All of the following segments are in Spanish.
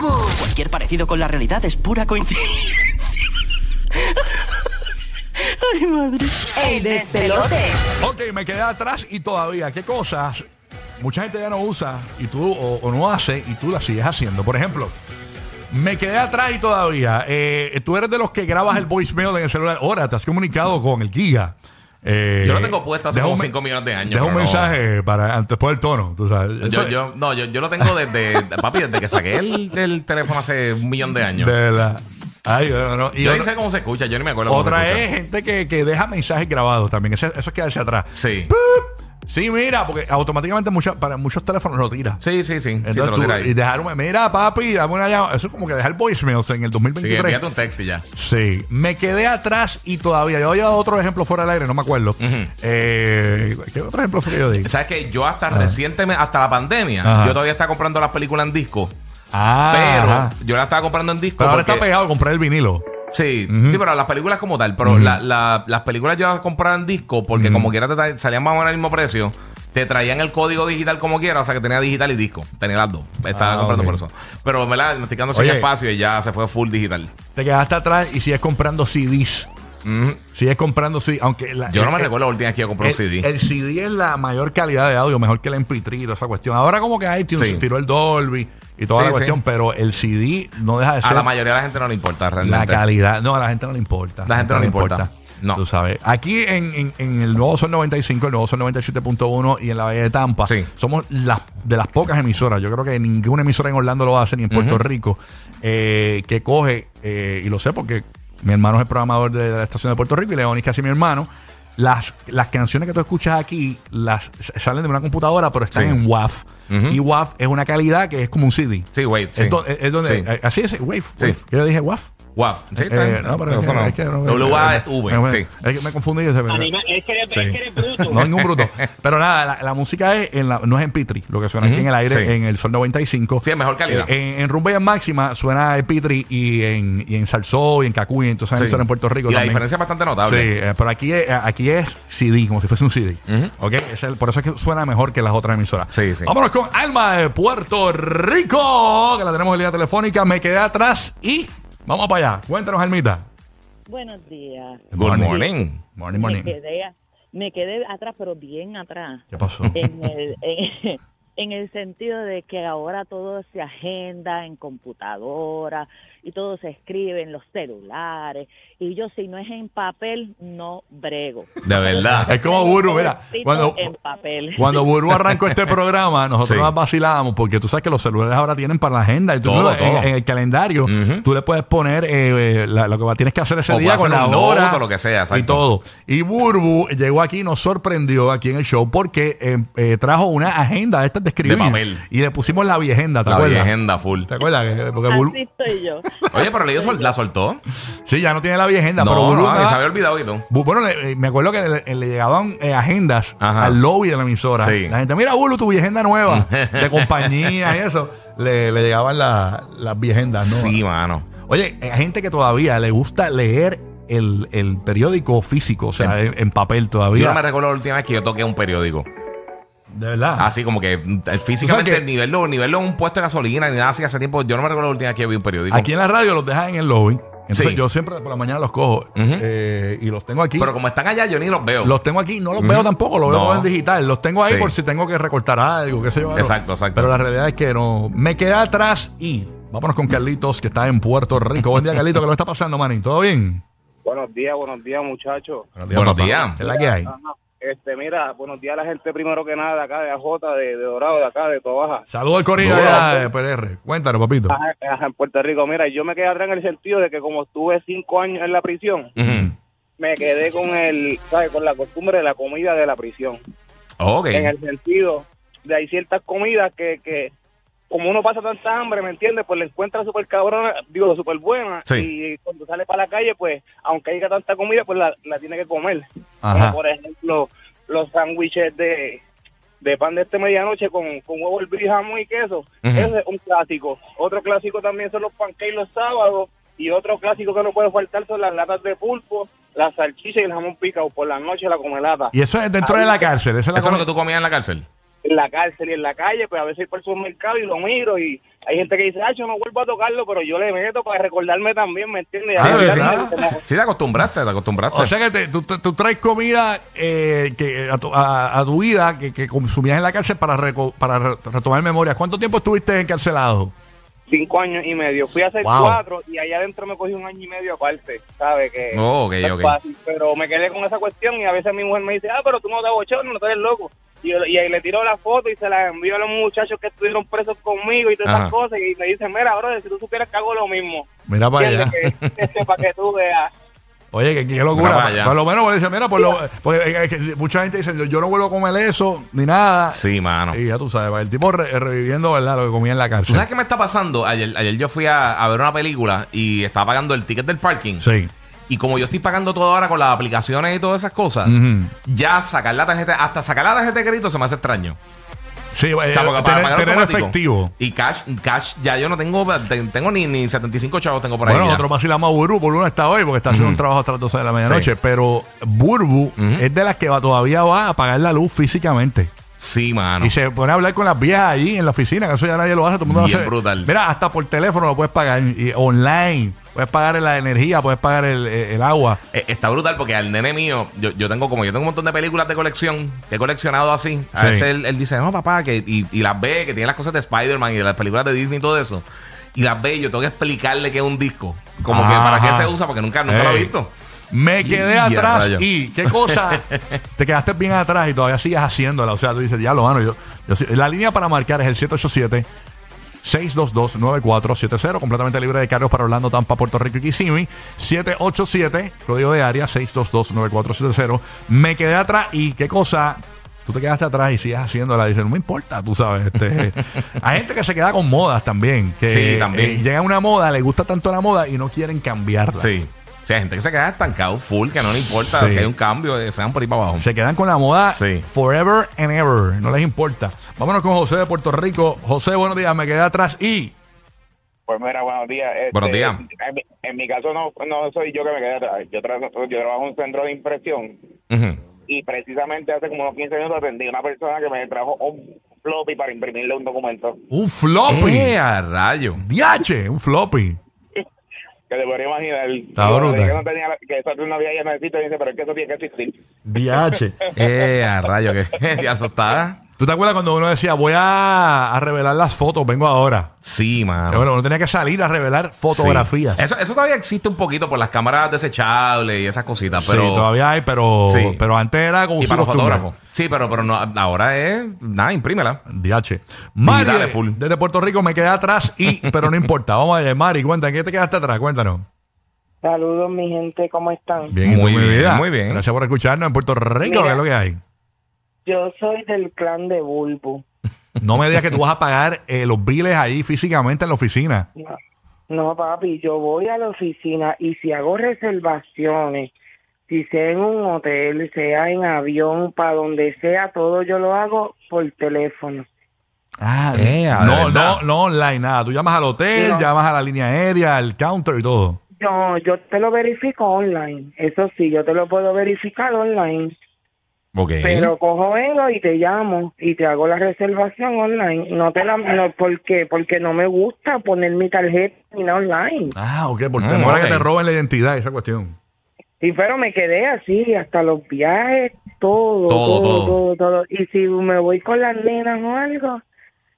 Cualquier parecido con la realidad es pura coincidencia. Ay, madre. El despelote. Ok, me quedé atrás y todavía, ¿qué cosas mucha gente ya no usa y tú o, o no hace y tú las sigues haciendo? Por ejemplo, me quedé atrás y todavía. eh, tú eres de los que grabas el voicemail en el celular. Ahora te has comunicado con el Giga. Eh, Yo lo tengo puesto hace deja como un me- 5 millones de años, Deja un pero no. mensaje para antes por el tono. Tú sabes. Yo, Eso- yo, no, yo, yo lo tengo desde, papi, desde que saqué el, el teléfono hace un millón de De años. verdad. Ay, no, no. Y yo otra- ni sé cómo se escucha, yo ni me acuerdo. cómo se Otra escucha. es gente que, que deja mensajes grabados también. Ese- Eso, es quedarse atrás. Sí. Sí, mira, porque automáticamente mucha- para muchos teléfonos lo tira. Sí, sí, sí. sí, te Entonces lo tú- tira ahí. y dejar un- Mira, papi, dame una llamada. Eso es como que dejar voicemails en el Sí, 2023. envíate un texto y ya. Sí, me quedé atrás y todavía. Yo he llevado otro ejemplo fuera del aire, no me acuerdo. Eh, ¿Qué otro ejemplo fue que yo di? ¿Sabes que Yo hasta recientemente, hasta la pandemia, Ajá. yo todavía estaba comprando las películas en disco. Ah, Pero ajá. yo las estaba comprando en disco. Pero ahora porque- está pegado comprar el vinilo. Sí, sí, pero las películas como tal. Pero la- la- las películas yo las compraba en disco porque como quiera te tra- salían más o menos al mismo precio. Te traían el código digital como quiera, o sea que tenía digital y disco. Tenía las dos. Estaba Ah, comprando ok. por eso. Pero me la me estoy quedando sin Oye. espacio y ya se fue full digital. Te quedaste atrás y sigues comprando CDs. Mm. Sigues comprando CDs. Aunque la- Yo no me el- recuerdo la última vez que yo compré un el, CD. el CD es la mayor calidad de audio, mejor que el MP3 y toda esa cuestión. Ahora como que iTunes Sí. tiró el Dolby y toda Sí, la sí. cuestión, pero el CD no deja de a ser la mayoría de la gente no le importa realmente. eh, la calidad. No, a la gente no le importa. La gente no le importa. No. Tú sabes. Aquí en, en- en el Nuevo Sol 95, el Nuevo Sol 97.1 y en la Bahía de Tampa, Sí. somos las de las pocas emisoras. Yo creo que ninguna emisora en Orlando lo hace, ni en Puerto Rico, eh, que coge, eh, y lo sé porque mi hermano es el programador de, de la estación de Puerto Rico y León es casi mi hermano. Las, las canciones que tú escuchas aquí las s- salen de una computadora, pero están Sí. en WAF. Ujú. Y WAF es una calidad que es como un CD. Sí, wave. sí. Es, do- es- es donde. Sí. Así es, Wave. Sí. wave. Yo dije WAF. Wow. Sí, Eh, está bien, eh, está no, bien, pero es eso que- no. es que no- W-A-V, no, sí. Es que me confundí. se me- Anima- es que eres, es que eres bruto. No, ningún bruto. Pero nada, la, la música es en la- no es en Pitri, lo que suena aquí Ujú, en el aire, sí. en el Sol 95. Sí, es mejor calidad. Eh, en, en Rumba y en Máxima suena en Pitri y en, y en Salsó y en Cacuy, entonces Sí. suena en Puerto Rico Y la también. diferencia es bastante notable. Sí, eh, pero aquí, es- aquí es CD, como si fuese un CD. Ujú. ¿Ok? Es el- por eso es que suena mejor que las otras emisoras. Sí, sí. Vámonos con Alma de Puerto Rico, que la tenemos en línea telefónica. Me quedé atrás y vamos para allá. Cuéntanos, Almita. Buenos días. Good morning. Morning, Me morning. quedé, a- me quedé atrás, pero bien atrás, ¿Qué pasó? en el, en, en el sentido de que ahora todo se agenda en computadora y todo se escribe en los celulares. Y yo, si no es en papel, no brego. De verdad. Es eh, como Buru, mira. Necesito Cuando, En papel. cuando Buru arrancó este programa, nosotros Sí. nos vacilábamos porque tú sabes que los celulares ahora tienen para la agenda y tú Todo, en, todo. en el calendario Ujú. tú le puedes poner eh, eh, la- lo que va- tienes que hacer ese O día puedes con hacer la un hora note o lo que sea, exacto. y todo. Y Burbu llegó aquí, nos sorprendió aquí en el show porque eh, eh, trajo una agenda de estas de escribir De papel. y le pusimos la viejenda, ¿te La acuerdas? agenda full. ¿Te acuerdas? Que- Porque Burbu, Así estoy yo. Oye, pero ella sol- la soltó. sí, ya no tiene la viejenda, No, pero ah. Burbu no, estaba- se había olvidado y todo. Bu- Bueno, le- eh, me acuerdo que le, le llegaban eh, agendas Ajá. al lobby de la emisora. Sí. La gente, mira, Bulu, tu agenda nueva de compañía y eso. Le, le llegaban la- las viejendas, Ah, ¿no? Sí, mano. Oye, hay gente que todavía le gusta leer el, el periódico físico, o sea, en, en papel Yo todavía. no me recuerdo la última vez que yo toqué un periódico. De verdad. Así como que mm, físicamente Ah. que- el nivel, lo- nivel lo- un puesto de gasolina ni nada así hace tiempo. Yo no me recuerdo la última vez que yo vi un periódico. Aquí en la radio los dejan en el lobby. Entonces Sí. yo siempre por la mañana los cojo eh, y los tengo aquí. Pero como están allá, yo ni los veo. Los tengo aquí, no los Ujú. veo tampoco, los veo No. todo en digital. Los tengo ahí Sí. por si tengo que recortar algo, qué sé yo. algo. Exacto, exacto. Pero la realidad es que no. Me quedé atrás y vámonos con Carlitos, que está en Puerto Rico. Buen día, Carlitos, ¿qué lo está pasando, Manny? ¿Todo bien? Buenos días, buenos días, muchachos. Buenos papá. días. ¿Qué es la que hay? Ajá. Este, mira, buenos días a la gente primero que nada de acá, de AJ, de, de Dorado, de acá, de Tobaja. Saludos al Corina eh, allá de PR. Cuéntanos, papito. Ajá, ajá, En Puerto Rico, mira, yo me quedé atrás en el sentido de que como estuve cinco años en la prisión, Ujú. Mm. me quedé con el, ¿sabes? Con la costumbre de la comida de la prisión. Ok. En el sentido de hay ciertas comidas que, que como uno pasa tanta hambre, ¿me entiendes? Pues la encuentra súper cabrona, digo, súper buena. Sí. Y cuando sale para la calle, pues, aunque haya tanta comida, pues la, la tiene que comer. Ajá. Como por ejemplo, los sándwiches de, de pan de este medianoche con, con huevo, hervido, jamón y queso. Ujú. Ese es un clásico. Otro clásico también son los pancakes los sábados. Y otro clásico que no puede faltar son las latas de pulpo, la salchicha y el jamón picado por la noche, la comelada. Y eso es dentro de la cárcel. Esa es la Eso es lo comida- que tú comías en la cárcel. en la cárcel y en la calle, pues a veces voy por el supermercado y lo miro y hay gente que dice, ah, yo no vuelvo a tocarlo, pero yo le meto para recordarme también, ¿me entiendes? Sí, Ah, sí, sí. ¿verdad? Sí, te acostumbraste, te acostumbraste. O sea que te- tú, tú- tú traes comida eh, que, a, tu, a- a tu vida que, que consumías en la cárcel para, reco- para re- retomar memorias. ¿Cuánto tiempo estuviste encarcelado? Cinco años y medio. Fui a hacer Wow. cuatro y allá adentro me cogí un año y medio aparte, ¿sabes? Que Oh, ok, no es ok. fácil, pero me quedé con esa cuestión y a veces mi mujer me dice, ah, pero tú no te bochón, no te eres loco. Y, yo- y ahí le tiro la foto y se la envío a los muchachos que estuvieron presos conmigo y todas Ajá. esas cosas y me dicen, mira, ahora si tú supieras que hago lo mismo. Mira para allá. para que tú veas. Oye, que, que Mira locura. para Por, allá. lo menos, pues, dice, mira, por lo- porque, eh, eh, que mucha gente dice, yo, yo no vuelvo a comer eso, ni nada. sí, mano. Y ya tú sabes, el tipo re- eh, reviviendo, ¿verdad? Lo que comía en la ¿Tú cárcel. sabes qué me está pasando? Ayer, ayer yo fui a, a ver una película y estaba pagando el ticket del parking. Sí. Y como yo estoy pagando todo ahora con las aplicaciones y todas esas cosas, Ujú. ya sacar la tarjeta, hasta sacar la tarjeta de crédito se me hace extraño. Sí, eh, O sea, porque para tener, pagar tener automático. efectivo. Y cash, cash, ya yo no tengo, te- tengo ni, ni 75 chavos tengo por ahí. Bueno, ya. nosotros vacilamos a Burbu, Burbu no está hoy porque está haciendo un trabajo hasta las 12 de la medianoche, Sí. pero Burbu es de las que va, todavía va a apagar la luz físicamente. Sí, mano. Y se pone a hablar con las viejas ahí en la oficina, que eso ya nadie lo hace, todo el mundo Bien lo hace. brutal. Mira, hasta por teléfono lo puedes pagar, y online, puedes pagar la energía, puedes pagar el, el agua. Eh, Está brutal porque al nene mío, yo, yo tengo como yo tengo un montón de películas de colección que he coleccionado así. A Sí. veces él, él dice, no, papá, que, y, y las ve, que tiene las cosas de Spider-Man y de las películas de Disney y todo eso. Y las ve, y yo tengo que explicarle que es un disco. Como que para Ajá. qué se usa, porque nunca, nunca lo he Ey. visto. Me Y- quedé y a atrás rayos. y qué cosa. te quedaste bien atrás y todavía sigues haciéndola. O sea, tú dices, diablo, mano. Yo, yo sí- la línea para marcar es el 787. 622-9470, completamente libre de cargos para Orlando, Tampa, Puerto Rico y Kissimmee. 787, código de área, 622-9470. Me quedé atrás y qué cosa, tú te quedaste atrás y sigues haciéndola. Dices, no me importa, tú sabes. este, hay gente que se queda con modas también, que Sí, también. eh, llega una moda, le gusta tanto la moda y no quieren cambiarla. Sí. O sea, hay gente que se queda estancado full, que no le importa Sí. si hay un cambio, eh, se van por ahí para abajo. Se quedan con la moda Sí. forever and ever. No les importa. Vámonos con José de Puerto Rico. José, buenos días. Me quedé atrás y. Pues mira, buenos días. Este, Buenos días. En, mi- en mi caso no, no soy yo que me quedé atrás. Yo, tra- yo trabajo en un centro de impresión Ujú. y precisamente hace como unos 15 minutos atendí a una persona que me trajo un floppy para imprimirle un documento Un floppy. ¡Eh, a rayo! Diache, un floppy. que te podría imaginar. Está Y cuando brutal. le dije Que, no tenía la- que eso no había ya necesito, dice, pero es que eso tiene que existir. Diache. ¡Eh, a rayo! que asustada? ¿Tú te acuerdas cuando uno decía, voy a, a revelar las fotos, vengo ahora? Sí, Que mano. Bueno, uno tenía que salir a revelar Ah. Sí. Eh, fotografías. Eso, eso todavía existe un poquito por las cámaras desechables y esas cositas, pero. sí, todavía hay, pero, Sí. pero antes era como Y uso para los costumbre. fotógrafos. Sí, pero, pero no, ahora es. Nada, imprímela. DH. Mari, dale full. desde Puerto Rico me quedé atrás y, pero no importa. Vamos allá, Mari, cuéntame, ¿qué te quedaste atrás? Cuéntanos. Saludos, mi gente, ¿cómo están? Bien, muy Muy bien, bien, muy bien. Gracias por escucharnos en Puerto Mira. Rico, que es lo que hay. Yo soy del clan de Bulbo. No me digas que tú vas a pagar eh, los biles ahí físicamente en la oficina. No, no, papi, yo voy a la oficina y si hago reservaciones, si sea en un hotel, sea en avión, para donde sea, todo yo lo hago por teléfono. Ah, Eh, a no, ver, no, nada. no online, nada. Tú llamas al hotel, No. llamas a la línea aérea, al counter y todo. No, yo te lo verifico online. Eso sí, yo te lo puedo verificar online. Ok. Pero cojo vengo y te llamo y te hago la reservación online. No te la, no, ¿por qué? Porque no me gusta poner mi tarjeta ni nada online. Ah, ok, por Mm, temor a ok. que te roben la identidad, esa cuestión. Sí, pero me quedé así, hasta los viajes, todo, todo, Todo, todo. todo, todo, Y si me voy con las nenas o algo,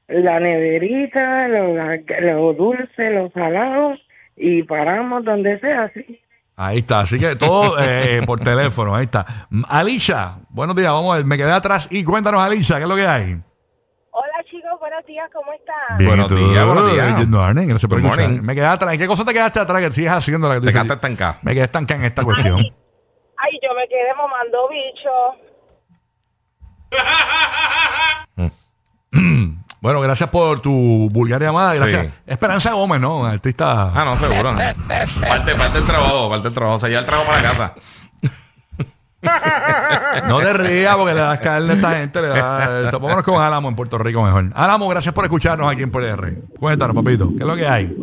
la neverita, los, los dulces, los salados, y paramos donde sea, así. Ahí está, así que todo eh, por teléfono, ahí está. Mm, Alicia, buenos días, vamos a ver, me quedé atrás y cuéntanos, Alicia, ¿qué es lo que hay? Hola chicos, buenos días, ¿cómo están? Bien, Buenos ¿y tú? días, buenos días. Good morning, gracias por Good morning. escuchar. Me quedé atrás. ¿En qué cosa te quedaste atrás que sigues haciendo la que tú Te dices, quedaste estancada. Me quedé estancada en esta cuestión. Ay, yo me quedé mamando bicho. Bueno, gracias por tu vulgar llamada. Gracias. Sí. Esperanza Gómez, ¿no? Artista. Ah, no, seguro. no. Parte, parte el trabajo, parte el trabajo. Se lleva el trabajo para casa. No te rías porque le das carne a esta gente. Le das... Vámonos con Álamo en Puerto Rico mejor. Álamo, gracias por escucharnos aquí en PR. Cuéntanos, papito. ¿Qué es lo que hay?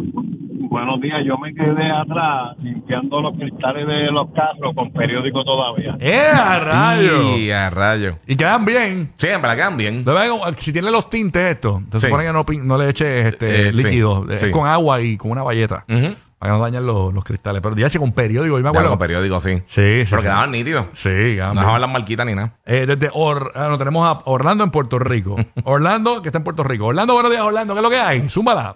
Buenos días, yo me quedé atrás en limpiando los cristales de los carros con periódico todavía. ¡Eh, a rayo! Y a rayo. Y quedan bien. Siempre la quedan bien. De verdad, si tiene los tintes esto, se Sí. supone que no, pin- no le eches este, Eh, sí, líquido, es sí. con agua y con una bayeta Ujú. para que no dañen los, los cristales. Pero ya con periódico, yo me Ya acuerdo. con periódico, sí. Sí, sí. Pero sí. quedaban nítidos. Sí, quedaban No bien. dejaban las marquitas ni nada. Eh, desde Or- ah, no, tenemos a Orlando en Puerto Rico. Orlando, que está en Puerto Rico. Orlando, buenos días, Orlando. ¿Qué es lo que hay? Súmala.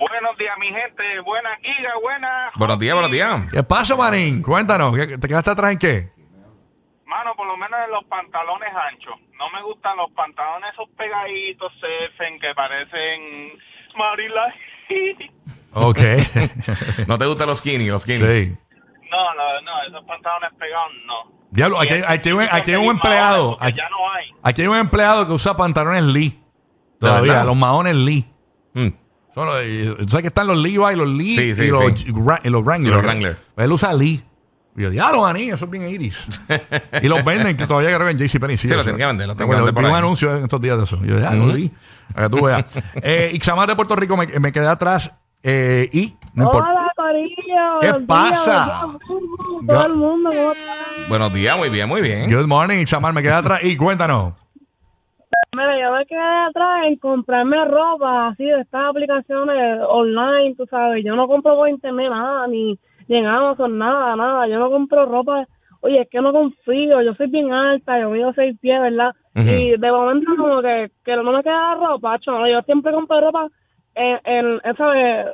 Buenos días, mi gente. Buena guía, buena. Buenos días, buenos días. ¿Qué pasa, Marín? Cuéntanos. ¿qué- ¿Te quedaste atrás en qué? Mano, por lo menos en los pantalones anchos. No me gustan los pantalones esos pegaditos, sefen, que parecen Marila. Ok. No te gustan los skinny, los skinny. sí. No, no, no, esos pantalones pegados no. Diablo, aquí, hay- aquí hay un- aquí hay un empleado. Porque Aquí, Ya no hay. aquí hay un empleado que usa pantalones Lee. ¿De Todavía, verdad? los maones Lee. Mm. Son los- eh, Tú sabes que están los Levi, los Lee Sí, sí, y, los, sí. y Ra- y los Wrangler. Y los Wrangler. Pues Él usa Lee. Y yo, diablo, Marín, eso es bien iris. y los venden, que todavía creo que en JCPenney. Sí, lo eso. tienen que vender, lo tienen que Bueno, vender por vi un ahí. anuncio en estos días de eso. Yo, ya, lo Ujú. vi. Para que tú veas. eh, Ixamar de Puerto Rico, me, me quedé atrás eh, y no importa. Hola, Corillo. ¿Qué buenos días, pasa? buenos días, Todo el mundo, ¿cómo están? Buenos días, muy bien, muy bien. Good morning, Ixamar, me quedé atrás y cuéntanos. Mira, yo me quedé atrás en comprarme ropa así de estas aplicaciones online, tú sabes. Yo no compro por internet nada, ni, ni en Amazon, nada, nada. Yo no compro ropa. Oye, es que no confío. Yo soy bien alta, yo mido seis pies, ¿verdad? Ujú. Y de momento como que, que no me queda ropa, hecho, no, yo siempre compré ropa en, en esa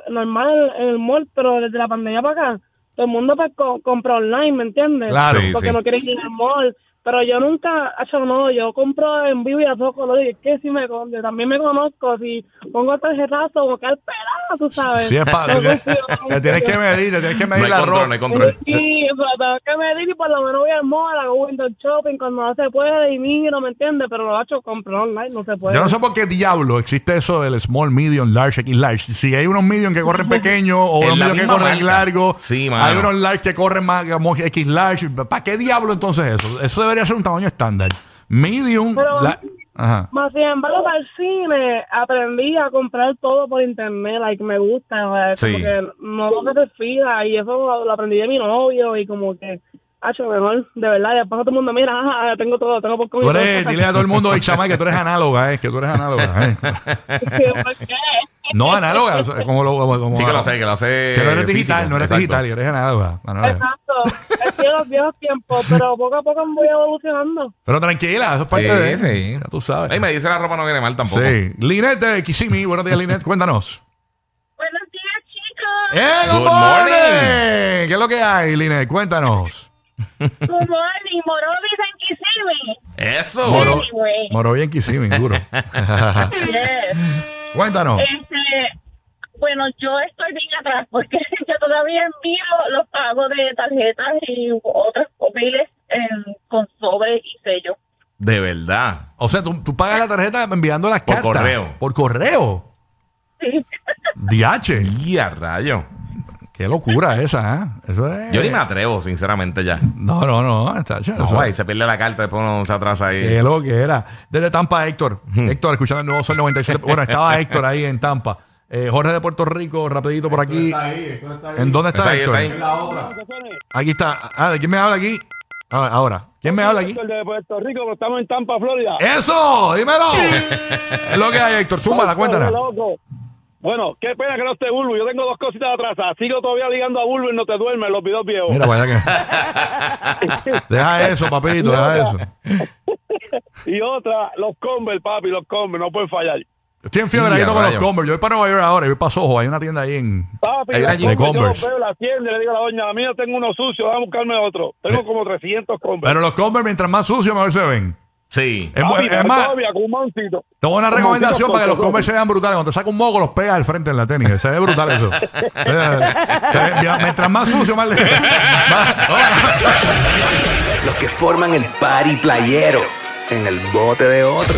normal en el mall, pero desde la pandemia para acá, todo el mundo pues, co- compra online, ¿me entiendes? Claro. Sí, porque sí. no quieres ir al mall. Pero yo nunca, hecho, no, yo compro en vivo y a todo color. Y es que si me, con- yo también me conozco, si pongo tarjetazo, como que al pedazo, tú sabes. Si es pa- No tú que- confío, no te tienes que confío. medir, te tienes que No hay medir la control, ropa. no hay control. Sí, pero tengo que medir y por lo menos voy al mall, hago window shopping cuando no se puede y miro, ¿me entiendes? Pero lo hecho compro online, no se puede. Yo no sé por qué diablo existe eso del small, medium, large, x large. Si hay unos medium que corren pequeños o Es unos la medium que misma corren marca. largos, Sí, mano. hay unos large que corren más digamos, x large. ¿Para qué diablo entonces eso? Eso debería ser un tamaño estándar. Medium, Pero- la- ajá. Más sin embargo, para el cine aprendí a comprar todo por internet, like me gusta, o sea, Sí. como que no lo que te fijas, y eso lo, lo aprendí de mi novio, y como que, hacho, mejor, de verdad, y después todo el mundo, mira, ajá, tengo todo, tengo por Tú comer. eres, dile a todo el mundo, Ixamay, que tú eres análoga, eh, que tú eres análoga. eh. No, análoga, o sea, como lo... Como, como- Sí que lo sé, que lo sé. Que no eres físico, digital, no eres exacto. digital, eres análoga. análoga. Exacto, es que los viejos tiempos, pero poco a poco voy evolucionando. Pero tranquila, eso es parte Sí, de... sí. Ya tú sabes. Ey, me dice la ropa no viene mal tampoco. Sí. Linet de Kissimmee, buenos días, Linet, cuéntanos. Buenos días, chicos. ¡Eh, good Good morning! morning. ¿Qué es lo que hay, Linet? Cuéntanos. Good morning, Morovis en Kissimmee. Eso. Moro, Anyway. Moro bien Kissimmee, duro. Cuéntanos. Este, bueno, yo estoy bien atrás porque yo todavía envío los pagos de tarjetas y otros papeles eh, con sobre y sello. De verdad. O sea, tú, tú pagas la tarjeta enviando las Por cartas. correo. Por correo. Sí. DH. Y a rayo. Qué locura esa, ¿eh? Eso es... Yo ni me atrevo, sinceramente, ya. No, no, no. chacho, No, eso- ahí se pierde la carta, después uno se atrasa ahí. Qué lo que era. Desde Tampa, Héctor. Hmm. Héctor, escuchando el nuevo Sol 97. Bueno, estaba Héctor ahí en Tampa. Eh, Jorge de Puerto Rico, rapidito por aquí. ¿En dónde está, Está Héctor? ahí, está ahí. Aquí está. Ah, ¿de quién me habla aquí? Ah, ahora. ¿Quién me habla aquí? de Puerto Rico, pero estamos en Tampa, Florida. ¡Eso! ¡Dímelo! es lo que hay, Héctor. Súmala, cuéntanos. Loco. Bueno, qué pena que no esté Bulbo. Yo tengo dos cositas atrás. Sigo todavía ligando a Bulbo y no te duermes, los videos viejos. Mira, vaya que. deja eso, papito, deja eso. Y otra, los Converse, papi, los Converse, no pueden fallar. Estoy en fiebre ahí Sí, con los rayo. Converse. Yo voy para Nueva York ahora, yo voy para Soho. Hay una tienda ahí en. Papi, Hay los Converse, una de yo los Converse. veo en la tienda y le digo a la doña, mira, tengo uno sucio, vamos a buscarme otro. Tengo como 300 Converse. Eh, Pero los Converse, mientras más sucios, mejor se ven. Sí. Es, mu- Papi, eh, es más, todavía con un montito. Tengo una Como recomendación digo, para que los con- Converse sean brutales. Cuando te saca un moco, los pegas al frente en la tenis. Se ve brutal eso. Eh, se ve- Mientras más sucio, más le. Los que forman el party playero en el bote de otro.